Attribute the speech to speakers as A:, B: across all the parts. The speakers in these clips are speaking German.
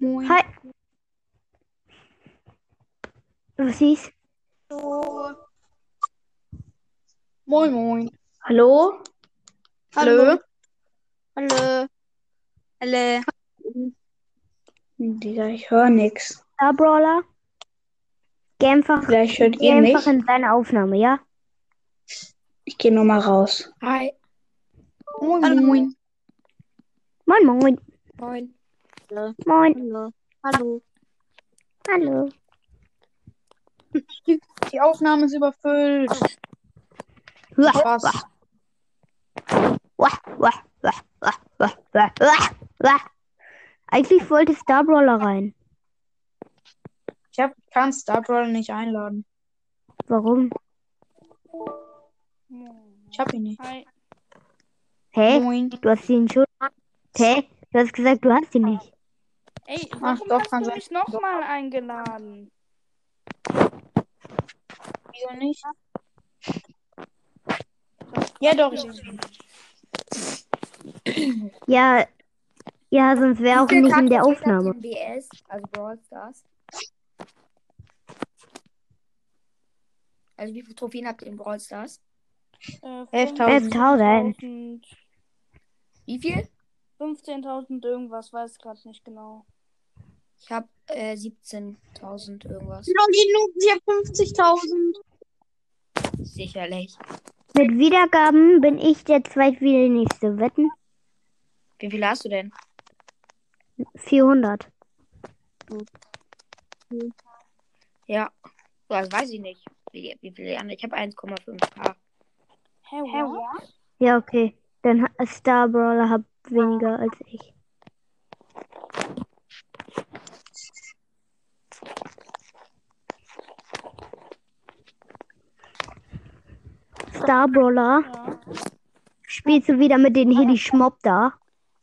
A: Moin.
B: Hi. Was ist?
A: Hallo. Moin, moin.
B: Hallo?
A: Hallo.
C: Hallo. Hallo.
D: Digga, ich höre nichts.
B: Da, Brawler? Geh einfach,
D: Vielleicht hört
B: geh
D: ihr
B: einfach
D: mich.
B: in deine Aufnahme, ja?
D: Ich gehe nochmal raus.
C: Hi.
A: Moin,
C: Hallo.
A: moin.
B: Moin, moin.
C: Moin.
B: Moin.
C: Hallo. Hallo.
B: Hallo.
A: Die Aufnahme ist überfüllt.
B: Wah,
A: Spaß.
B: wah, wah, wah, wah, wah, wah, wah, wah. Eigentlich wollte Star Brawler rein.
A: Ich hab, kann Starbrawler nicht einladen.
B: Warum?
A: Ich hab ihn nicht.
C: Hi.
B: Hä?
A: Moin.
B: Du hast ihn schon. Hä? Du hast gesagt, du hast ihn nicht.
E: Ey,
A: Ach,
E: warum
A: doch,
E: hast
A: kann
E: du
A: sein.
E: mich nochmal eingeladen?
A: Wieso nicht? Ja, doch. Ich
B: Ja. Ja, sonst wäre auch nicht in der Aufnahme.
E: BS, also Brawl Stars. Also wie viele Trophäen habt ihr in Brawl Stars? Äh,
B: Äh,
A: Elftausend.
E: 11.000.
C: Wie viel?
E: 15.000 irgendwas, weiß gerade nicht genau.
C: Ich habe äh, 17.000 irgendwas.
E: Genau,
A: hab 50.000.
C: Sicherlich.
B: Mit Wiedergaben bin ich der zweitwiederliebste. Wetten?
C: Wie viel hast du denn?
B: 400.
C: Ja. Das weiß ich nicht. Wie, wie viele andere? Ich habe 1,5k.
E: Hä, hey, what?
B: Ja, okay. Dann ha- Star Brawler hat
E: Ah.
B: weniger als ich. Star Brawler,
E: Ja.
B: spielst du wieder mit den Heli Schmopp da?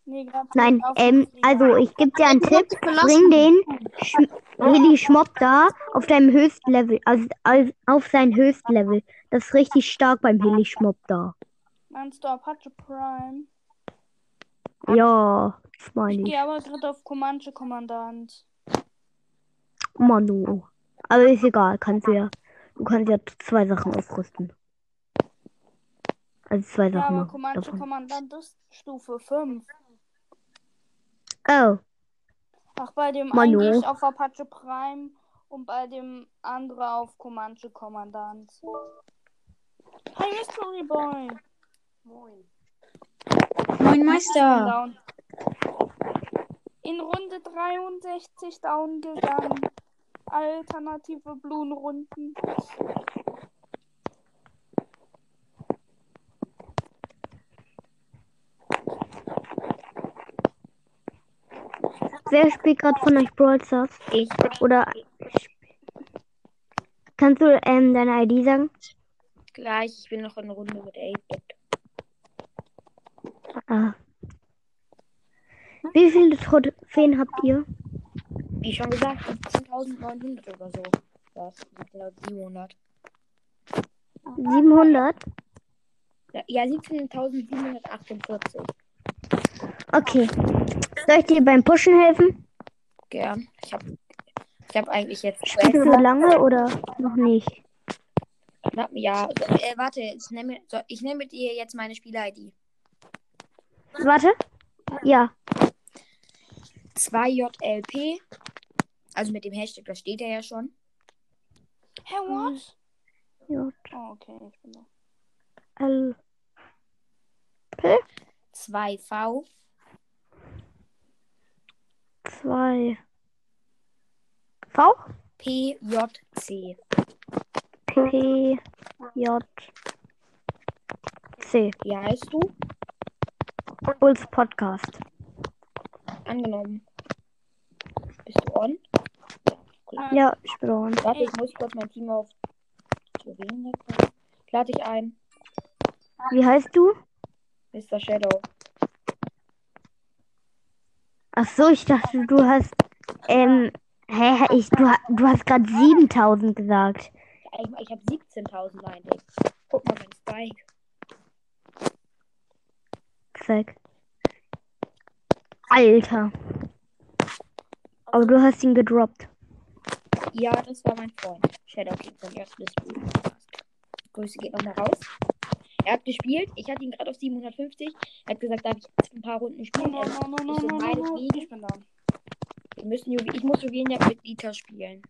E: Nee, grad
B: Nein,
E: auf
B: ähm,
E: dem
B: also
E: Flieger.
B: ich gebe dir einen Tipp. Bring den Sch Heli Schmopp da auf deinem Höchstlevel, also also auf sein Höchstlevel. Das ist richtig stark beim Heli Schmopp da.
E: Mein Store Apache Prime.
B: Ja, das meine
E: Ich
B: ich.
E: gehe aber gerade auf Comanche Kommandant.
B: Manu. Aber ist egal, kannst du ja. Du kannst ja zwei Sachen ausrüsten. Also zwei
E: Ja,
B: Sachen
E: aber
B: machen
E: Comanche
B: davon.
E: Kommandant ist Stufe 5.
B: Oh,
E: Ach, bei dem
B: Manu.
E: einen gehe ich auf Apache Prime und bei dem anderen auf Comanche Kommandant. Hi, Mystery Boy. Moin.
A: Moin, Meister.
E: Down. In Runde 63 down gegangen. Alternative Blumenrunden.
B: Oh, wer spielt gerade von euch Brawl Stars?
C: Ich.
B: Oder kannst du ähm, deine ID sagen?
C: Gleich. Ich bin noch in Runde mit 8-Bit.
B: Ah. Wie viele Trophäen habt ihr?
C: Wie schon gesagt, 17.900 oder so. Das 17.700.
B: 700?
C: Ja, 17.748.
B: Okay. Soll ich dir beim Pushen helfen?
C: Gern. Ich habe ich hab eigentlich jetzt.
B: Spielst du lange oder noch nicht?
C: Na, ja, äh, warte, ich nenne, so, ich nenne mit dir jetzt meine Spieler-ID.
B: Warte. Ja.
C: 2JLP, also mit dem Hashtag, das steht ja ja schon.
E: Hey, what?
B: Ja.
E: Oh, okay. Ich bin da.
B: L
C: 2V,
B: zwei. V?
C: PJC.
B: P, J, C.
C: Wie heißt du?
B: Bulls Podcast.
C: Angenommen. Bist du on?
B: Ja, ich bin dran.
C: Warte, ich muss kurz mein Team auf. Slowenien wechseln. Ich Lade dich ein,
B: Wie heißt du?
C: Mr. Shadow.
B: Ach so, ich dachte, du hast, ähm, hä, ich, du, ha- du hast gerade 7000 gesagt.
C: Ja, Ich, ich habe 17.000 eigentlich. Guck mal, mein Spike.
B: Zack. Alter. Aber du hast ihn gedroppt.
C: Ja, das war mein Freund. Shadowking vom ersten Podcast. Grüße geht nochmal raus. Er hat gespielt. Ich hatte ihn gerade auf 750. Er hat gesagt, darf ich ein paar Runden
E: No,
C: spielen?
E: no, no, no, no,
C: Ich so,
E: no,
C: meine
E: no, no.
C: Wege.
E: Ich bin down.
C: Wir müssen, Juwel- ich muss Juwelen ja mit Ita spielen.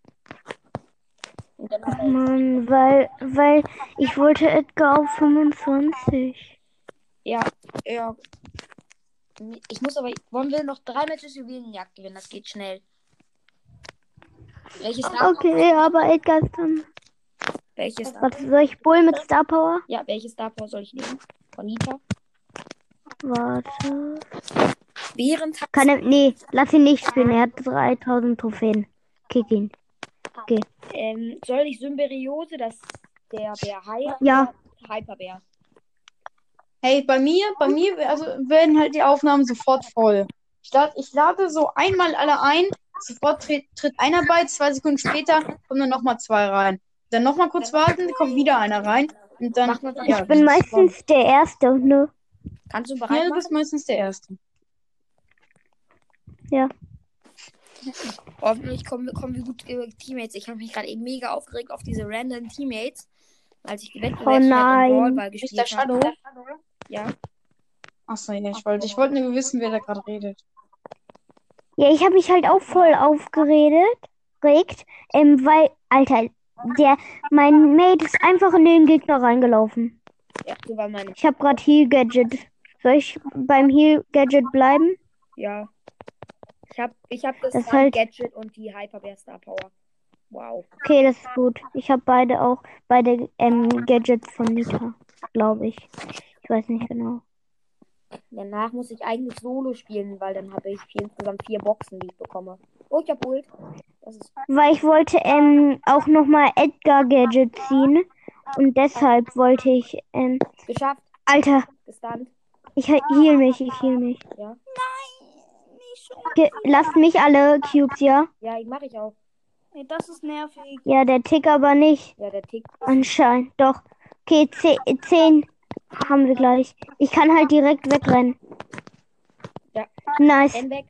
C: Und dann hat er
B: Mann, weil, weil ich wollte Edgar auf 25.
C: Ja, ja. Ich muss aber. Wollen wir noch drei Matches Juwelenjagd gewinnen? Das geht schnell. Welches Star?
B: Okay, aber Edgar ist dann.
C: Welches Star?
B: Was soll ich Bull mit Star Power?
C: Ja, welches Star Power soll ich nehmen? Von Nita?
B: Warte.
C: Während
B: Kann er. Nee, lass ihn nicht spielen. Er hat 3000 Trophäen. Kick ihn.
C: ähm, soll ich Symberiose, das der Bär Hai
B: Ja.
C: Hyperbär.
A: Hey, bei mir, bei mir also werden halt die Aufnahmen sofort voll. Ich lade, ich lade so einmal alle ein, sofort tritt, tritt einer bei, zwei Sekunden später kommen dann nochmal zwei rein. Dann nochmal kurz warten, kommt wieder einer rein und dann.
C: Mach mal
A: ja,
B: Ich bin
A: das ist
B: meistens der Erste, ne?
C: Kannst du
A: voll. Ja,
C: bereit
A: du
C: machen?
A: bist meistens der Erste.
C: Hoffentlich kommen, wir- kommen wir gut über Teammates. Ich habe mich gerade eben mega aufgeregt auf diese random Teammates, als ich die Wettbewerbswelt im
B: nein.
C: Ballball
A: Ist der
C: gespielt habe.
A: Shadow?
C: Ja.
A: Achso, ja, ich wollte, ich wollte nur wissen, wer da gerade redet.
B: Ja, ich habe mich halt auch voll aufgeredet, regt, ähm, weil, Alter, der, mein Mate ist einfach in den Gegner reingelaufen.
C: Ja, so war meine.
B: Ich habe gerade Heal Gadget. Soll ich beim Heal Gadget bleiben?
C: Ja. Ich hab, ich hab das,
B: Das
C: Sun
B: halt-
C: Gadget und die Hyperbear Star Power. Wow.
B: Okay, das ist gut. Ich habe beide auch, beide ähm, Gadgets von Nita, glaube ich. Ich weiß nicht genau.
C: Danach muss ich eigentlich Solo spielen, weil dann habe ich vier, insgesamt vier Boxen, die ich bekomme. Oh, ich hab Ult. Das ist
B: Weil ich wollte ähm, auch nochmal Edgar Gadget ziehen und deshalb wollte ich, ähm,
C: geschafft.
B: Alter,
C: Gestunt.
B: ich he- heal mich, ich heal mich.
E: Nicht schon.
B: Ge lasst mich alle Cubes, ja?
C: Ja, ich mache ich auch.
E: Nee, das ist nervig.
B: Ja, der Tick aber nicht.
C: Ja, der tickt.
B: Anscheinend, doch. Okay, 10 haben wir gleich. Ich kann halt direkt wegrennen.
C: Ja. Ähm.
B: Nice.
C: Renn weg.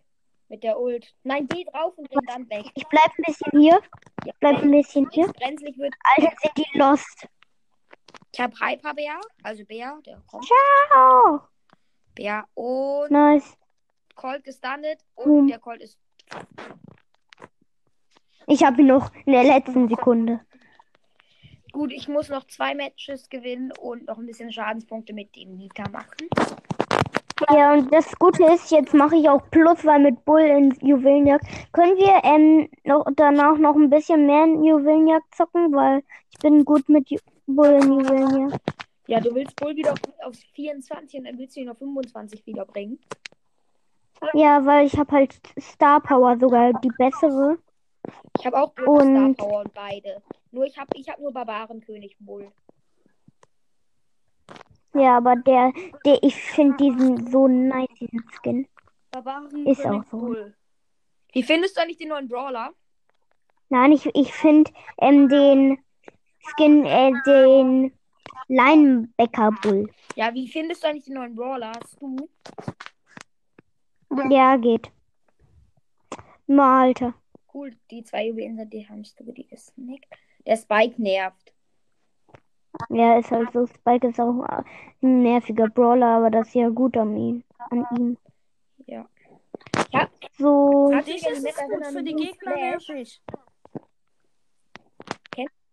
C: Mit der Ult. Nein, geh drauf und renn dann weg.
B: Ich bleib ein bisschen hier.
C: Ja.
B: Bleib ein bisschen hier.
C: Brenzlig wird.
B: Alter, sind die lost.
C: Ich hab Hyperbär, also Bär, der kommt.
B: Oh,
C: Bär und
B: nice.
C: Colt gestuntet.
B: Boom.
C: Und der Colt ist.
B: Ich habe ihn noch in der letzten Sekunde.
C: Gut, ich muss noch zwei Matches gewinnen und noch ein bisschen Schadenspunkte mit dem Nita machen.
B: Ja, und das Gute ist, jetzt mache ich auch Plus, weil mit Bull in Juwelenjagd können wir ähm, noch danach noch ein bisschen mehr in Juwelenjagd zocken, weil ich bin gut mit Ju Bull in Juwelenjagd.
C: Ja, du willst wohl wieder auf, auf 24 und dann willst du ihn auf 25 wiederbringen.
B: Ja, weil ich habe halt Star Power sogar die bessere.
C: Ich habe auch Glück Star
B: Und-
C: Power und beide. Nur ich habe ich hab nur Barbarenkönig wohl.
B: Ja, aber der, der, ich finde diesen so nice, diesen Skin.
E: Barbaren
B: Ist
E: König
B: auch so.
E: Bull.
C: Wie findest du eigentlich den neuen Brawler?
B: Nein, ich, ich finde ähm, den Skin, äh, den Linebacker Bull.
C: Ja, wie findest du eigentlich den neuen Brawler? Hast du?
B: Ja, geht. Mal, Alter.
C: Cool, die zwei Juwelen sind die haben du die gesnackt. Der Spike nervt.
B: Ja, ist halt so. Spike ist auch ein nerviger Brawler, aber das ist ja gut an ihm. An ihm.
C: Ja. Ja.
B: So,
C: Hat
E: Dich
C: sich
E: ist es
C: erinnert
E: gut
C: an
E: für die
C: Blues
E: Gegner
C: Flash.
E: nervig.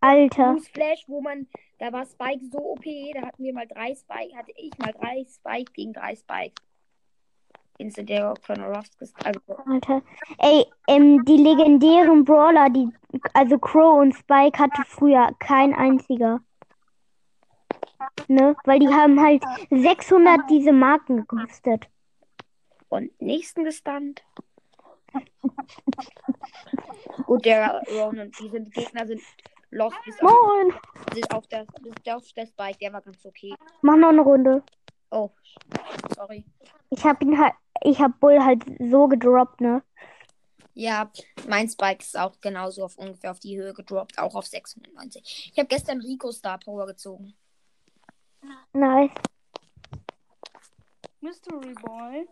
B: Alter.
C: Blues Flash, wo man, da war Spike so OP, da hatten wir mal drei Spike, hatte ich mal drei Spike gegen drei Spike. Instant der Colonel Ruffs gest- also
B: Alter. Ey, ähm, die legendären Brawler, die, also Crow und Spike hatte früher kein einziger. Ne? Weil die haben halt 600 diese Marken gekostet.
C: Und nächsten gestunt. Gut, der Ron und diese Gegner sind lost bis auf,
B: Moin!
C: bis auf, das, bis auf das Bike. Der war ganz okay.
B: Mach noch eine Runde.
C: Oh, sorry.
B: Ich hab ihn halt, ich hab Bull halt so gedroppt, ne?
C: Ja, mein Spike ist auch genauso auf ungefähr auf die Höhe gedroppt, auch auf 690. Ich habe gestern Rico Star Power gezogen.
B: Nice.
E: Mystery Boy.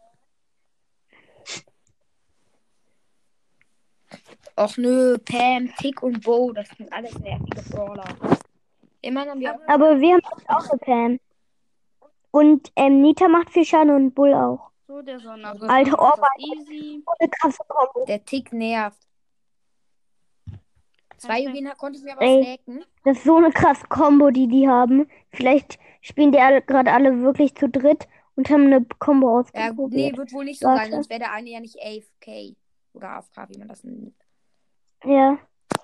C: Och nö, Pam, Tick und Bo, das sind alles nervige Brawler. Immerhin haben wir
B: Aber wir haben jetzt auch eine Pam. Und ähm, Nita macht viel Schaden und Bull auch.
E: So, der Sonnenangriff.
B: Alter,
E: Das ist
B: Orba.
E: Easy.
B: Ohne krasse Kombo.
C: Der Tick nervt. Zwei
E: Perfekt.
C: Juwelen konntest du mir aber
B: Ey.
C: snacken.
B: Das ist so eine krasse Kombo, die die haben. Vielleicht spielen die alle- gerade alle wirklich zu dritt und haben eine Kombo
C: Ja,
B: ausgeprobiert.
C: Ähm, nee, wird wohl nicht so
B: Warte.
C: sein, sonst wäre der eine ja nicht AFK. Oder AFK, wie man das nennt.
B: Ja,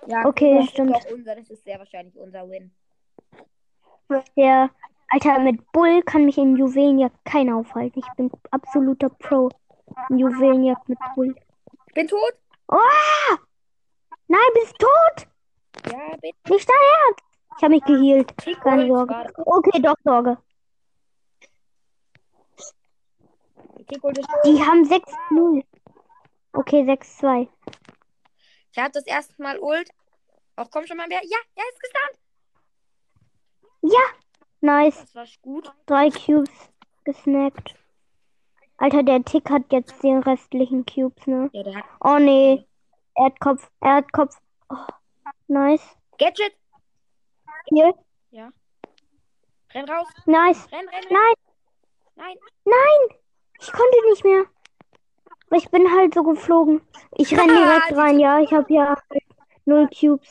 C: Ja,
B: Okay,
C: guck mal, das ist
B: stimmt.
C: doch unser, das ist sehr wahrscheinlich unser Win.
B: der Alter mit Bull kann mich in Juwelenjagd keiner aufhalten. Ich bin absoluter Pro in Juwelenjagd mit Bull.
C: Ich bin tot?
B: Nein, bist tot!
C: Ja, bin
B: Nicht dein Ernst! Ich habe mich geheilt.
C: Tick
B: Keine
C: und
B: Sorge. Okay, doch Sorge.
C: Tick und ich.
B: Die haben 6-0. Okay, 6-2.
C: Ich hab das erste Mal Ult. Auch komm schon mal mehr. Ja, ja, ist gesagt.
B: Nice.
C: Das war gut.
B: Drei Cubes gesnackt. Alter, der Tick hat jetzt den restlichen Cubes, ne?
C: Ja, der hat.
B: Oh nee. Erdkopf, Erdkopf. Oh, nice.
C: Gadget!
B: Hier.
C: Renn raus!
B: Nice.
C: Renn, renn, renn!
B: Nein.
C: Nein.
B: Nein! Ich konnte nicht mehr. Aber ich bin halt so geflogen. Ich renn direkt rein, ja. Ich habe ja halt null Cubes.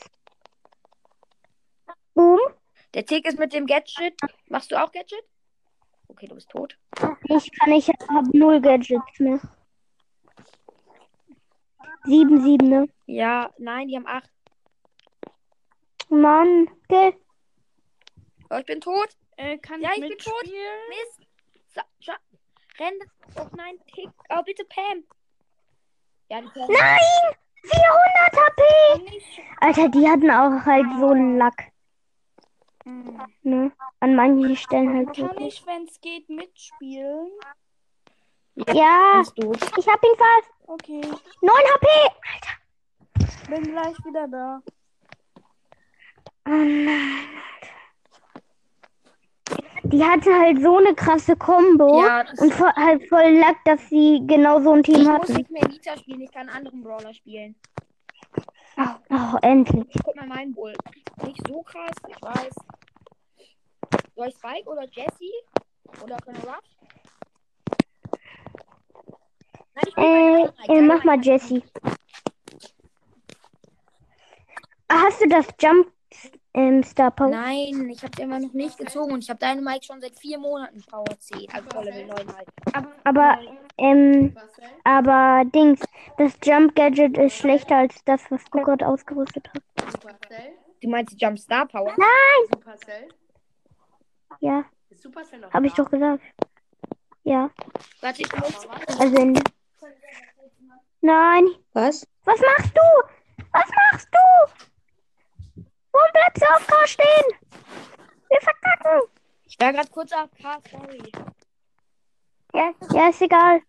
B: Boom.
C: Der Tick ist mit dem Gadget. Machst du auch Gadget? Okay, du bist tot.
B: Ich kann, ich habe null Gadgets mehr. Sieben, sieben, ne?
C: Ja, nein, die haben acht.
B: Mann, gell?
C: Oh, ich bin tot.
E: Äh, kann
C: Ja,
E: ich
C: ich bin tot.
E: mitspielen?
C: Mist. So, scha- renn. Oh nein, Tick. Oh, bitte Pam. Ja, die Pam.
B: Nein! 400 HP! Alter, die hatten auch halt so einen Lack,
E: Hm.
B: ne? An manchen Stellen halt
E: Kann
B: wirklich.
E: ich, wenn es geht, mitspielen?
B: Ja,
C: Bist du.
B: ich hab ihn fast.
E: Okay,
B: 9 HP!
E: bin gleich wieder da.
B: Oh nein. Die hatte halt so eine krasse Kombo
C: Ja, das
B: und voll, halt voll Lack, dass sie genau so ein
C: ich
B: Team
C: muss
B: hatten.
C: nicht mehr Nita spielen, ich kann einen anderen Brawler spielen.
B: Oh, endlich.
C: Guck mal meinen Bull. Nicht so krass, ich weiß. Soll ich Spike oder Jesse? Oder Colonel Rush? Nein, ich
B: Äh,
C: spiel
B: äh, mach mal Jesse. Ah, Hast du das Jump ähm, Star Power?
C: Nein, ich habe immer noch nicht gezogen und ich habe deine Mike schon seit vier Monaten Power 10, also voll Level 9 halt.
B: Aber ähm, aber Dings, das Jump Gadget ist schlechter als das, was du gerade ausgerüstet hast.
F: Supercell?
C: Du meinst die Jump Star Power?
F: Supercell?
B: Ja,
F: Ist Supercell noch
B: habe ich
F: da?
B: doch gesagt. Ja,
C: Warte, ich muss.
B: also in... Nein,
D: Was?
B: was machst du? Was machst du? Warum bleibst du auf Kau stehen? Wir verkacken.
C: Ich war gerade kurz AFK, sorry.
B: Ja, ja, ist egal.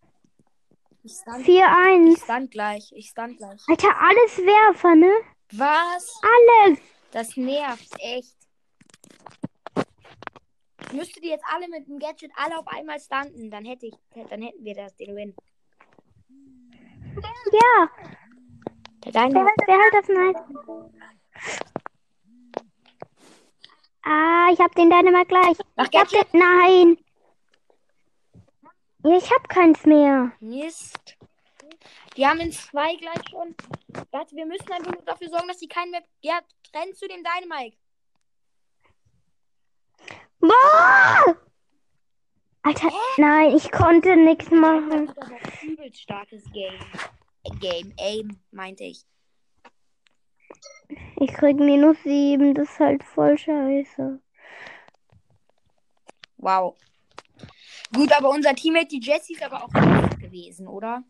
C: Ich stand,
B: 4-1.
C: ich stand gleich, ich stand gleich.
B: Alter, alles Werfer, ne?
C: Was?
B: Alles.
C: Das nervt, echt. Ich müsste die jetzt alle mit dem Gadget alle auf einmal standen, dann hätte ich, dann hätten wir das, den Win.
B: Ja. Wer,
C: Der Deine,
B: wer hat das nice? Ah, ich hab den Dynamite gleich.
C: mach
B: Ich hab
C: Gadget.
B: den, nein. Ja, Ich hab keins mehr.
C: Mist. Die haben in zwei gleich schon. Warte, wir müssen einfach nur dafür sorgen, dass die keinen mehr. Ja, renn zu dem Dynamike.
B: Boah! Alter, nein, ich konnte nichts machen.
C: Das ist aber ein übelst starkes Game. Game, Aim, meinte ich.
B: Ich krieg minus sieben, das ist halt voll scheiße.
C: Wow. Gut, aber unser Teammate, die Jessie, ist aber auch krass gewesen, oder?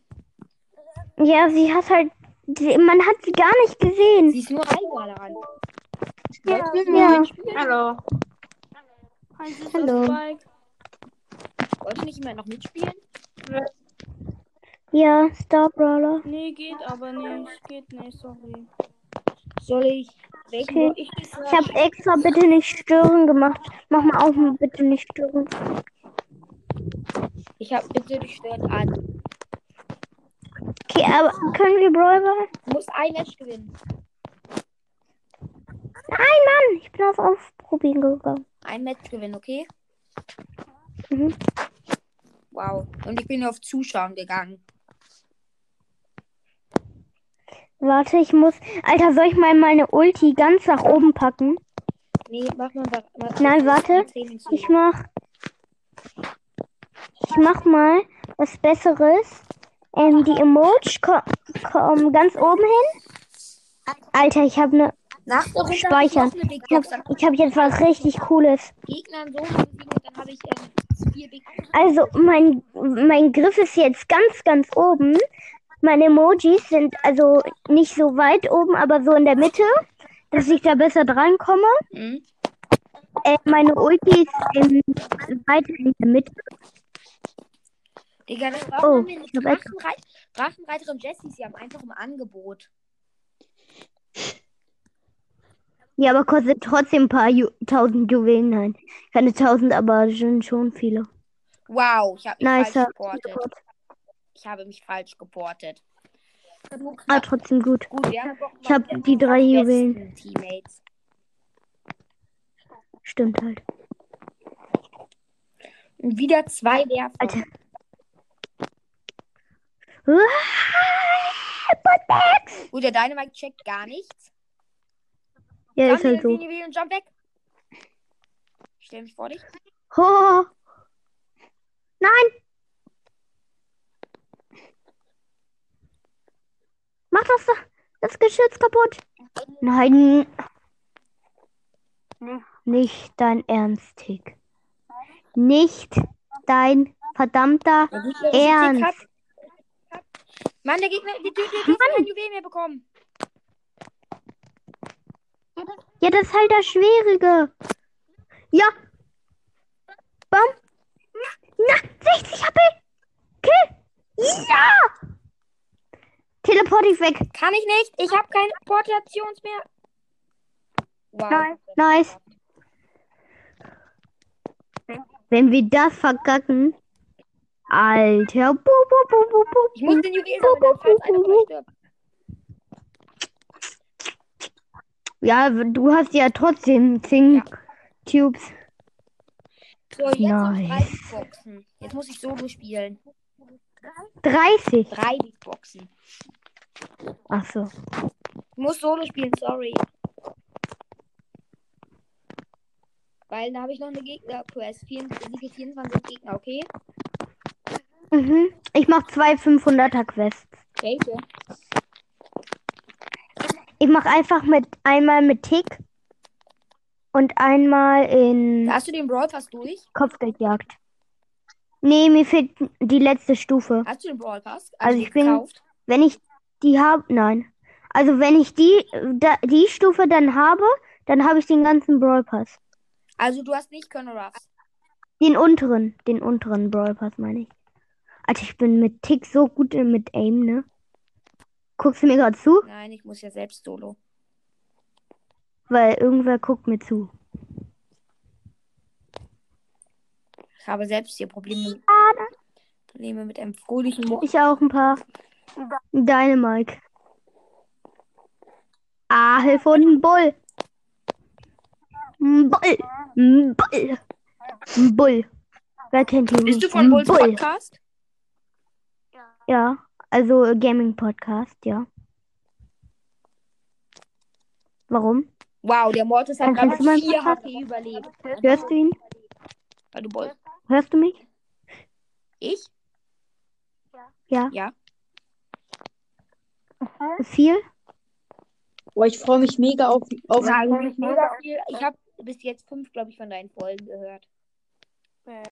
B: Ja, sie hat halt. Sie, man hat sie gar nicht gesehen.
C: Sie ist nur Reigala ran.
B: Ja, ja.
D: Hallo.
E: Hi, süßer
B: Hallo.
E: Spike.
C: Wollte nicht jemand noch mitspielen?
B: ja Star Brawler.
E: Nee, geht aber nicht. Geht nicht, sorry.
C: Soll ich. Welchen
B: Okay.
C: soll ich das
B: Ich habe extra bitte nicht stören gemacht. Mach mal auf, mit bitte nicht stören.
C: Ah, Ich hab bitte dich stört an.
B: Okay, aber können wir Brawl Ball?
C: Muss ein Match gewinnen.
B: Nein, Mann, ich bin auf Ausprobieren gegangen.
C: Ein Match gewinnen, okay?
B: Mhm.
C: Wow. Und ich bin auf Zuschauen gegangen.
B: Warte, ich muss. Alter, soll ich mal meine Ulti ganz nach oben packen?
C: Nee, mach mal. wa- wa-
B: Nein, warte.
C: Trainingsvideo.
B: Ich mach. Ich mach mal was Besseres. Ähm, die Emoji ko kommen ganz oben hin. Alter, ich habe ne,
C: Nach der Runde
B: Speichern.
C: Hab ich noch eine Big
B: ich hab,
C: Box an
B: ich hab jetzt was richtig Cooles.
C: Gegnern so besiegen und dann habe ich ähm, vier Big Boxen.
B: Also, mein, mein Griff ist jetzt ganz, ganz oben. Meine Emojis sind also nicht so weit oben, aber so in der Mitte, dass ich da besser drankomme.
C: Mhm.
B: Äh, meine Ulti ist ähm, weiter in der Mitte.
C: Digga, das
B: Oh,
C: brauchen wir nicht.
B: ich hab extra-
C: Drachenreit Drachenreiterin Jessie, sie haben einfach im Angebot.
B: Ja, aber kostet trotzdem ein paar Ju tausend Juwelen. Nein, keine tausend, aber sind schon viele.
C: Wow, ich habe mich
B: Nicer.
C: falsch geportet. Ich habe mich falsch geportet. Genug.
B: Aber trotzdem gut.
C: Gut, wir haben Bock
B: Ich hab
C: auf
B: die drei
C: besten
B: Juwelen.
C: Teammates.
B: Stimmt halt.
C: Und wieder zwei Werfer.
B: Alter.
C: Gut, der Dynamite checkt gar nichts.
B: Ja, ist halt
C: Sammle
B: so.
C: Mini Wheel und jump weg. Stell mich vor dich.
B: Ho! Nein! Mach das, da- das Geschütz kaputt! Nein! Nicht dein Ernst, Tick. Nicht dein verdammter
C: Wenn ich hier einen Tick
B: Ernst.
C: hab- Mann, der Gegner, die Tüte, die hat keine Juwelen mehr bekommen.
B: Ja, das ist halt das Schwierige. Ja. Bam. Na, 60 HP. Kill. Ja. Teleport ich weg.
C: Kann ich nicht. Ich habe keine Portations mehr. Wow.
B: Nein. Nice. Wenn wir das verkacken. Alter. Bu, bu, bu, bu, bu.
C: Ich muss den Juwelen sammeln, falls einer von euch stirbt.
B: Ja, du hast ja trotzdem 10 Tubes.
C: So, jetzt
B: Nice.
C: nice. noch drei Big Boxen. Jetzt muss ich Solo spielen.
B: 30.
C: Drei Big Boxen.
B: Ach so.
C: Ich muss Solo spielen, sorry. Weil da habe ich noch eine Gegner-Quest. 24 Siege 24 Gegner, okay?
B: Mhm. Ich mach zwei 500er Quests.
C: Welche?
B: Ich mache einfach mit einmal mit Tick und einmal in
C: Hast du den Brawl Pass durch?
B: Kopfgeldjagd. Nee, mir fehlt die letzte Stufe.
C: Hast du den Brawl Pass?
B: Also ich bin-
C: gekauft?
B: Wenn ich die habe, nein. Also wenn ich die da, die Stufe dann habe, dann habe ich den ganzen Brawl Pass.
C: Also du hast nicht Colonel Ruffs.
B: Den unteren, den unteren Brawl Pass meine ich. Alter, ich bin mit Tick so gut äh, mit Aim, ne? Guckst du mir gerade zu?
C: Nein, ich muss ja selbst Solo.
B: Weil irgendwer guckt mir zu.
C: Ich habe selbst hier Probleme, Probleme mit einem fröhlichen Mo
B: Ich auch ein paar. Dynamite. Ah, Hilfe und ein Bull. Ein Bull. Ein Bull. Ein Bull. Wer kennt ihn
C: Bist
B: nicht?
C: du von
B: Ein
C: Bulls
B: Bull.
C: Podcast?
B: Ja, also äh, Gaming-Podcast, ja. Warum?
C: Wow, der Mortis hat
B: Dann
C: gerade
B: kannst du meinen
C: 4
B: Podcast-
C: HP überlebt.
B: Hörst du ihn?
C: Weil du Bull.
B: Hörst du mich?
C: Ich?
B: Ist viel?
A: Boah, ich freue mich mega auf, auf
C: Nein, ich, mega viel. ich habe bis jetzt fünf, glaube ich, von deinen Folgen gehört.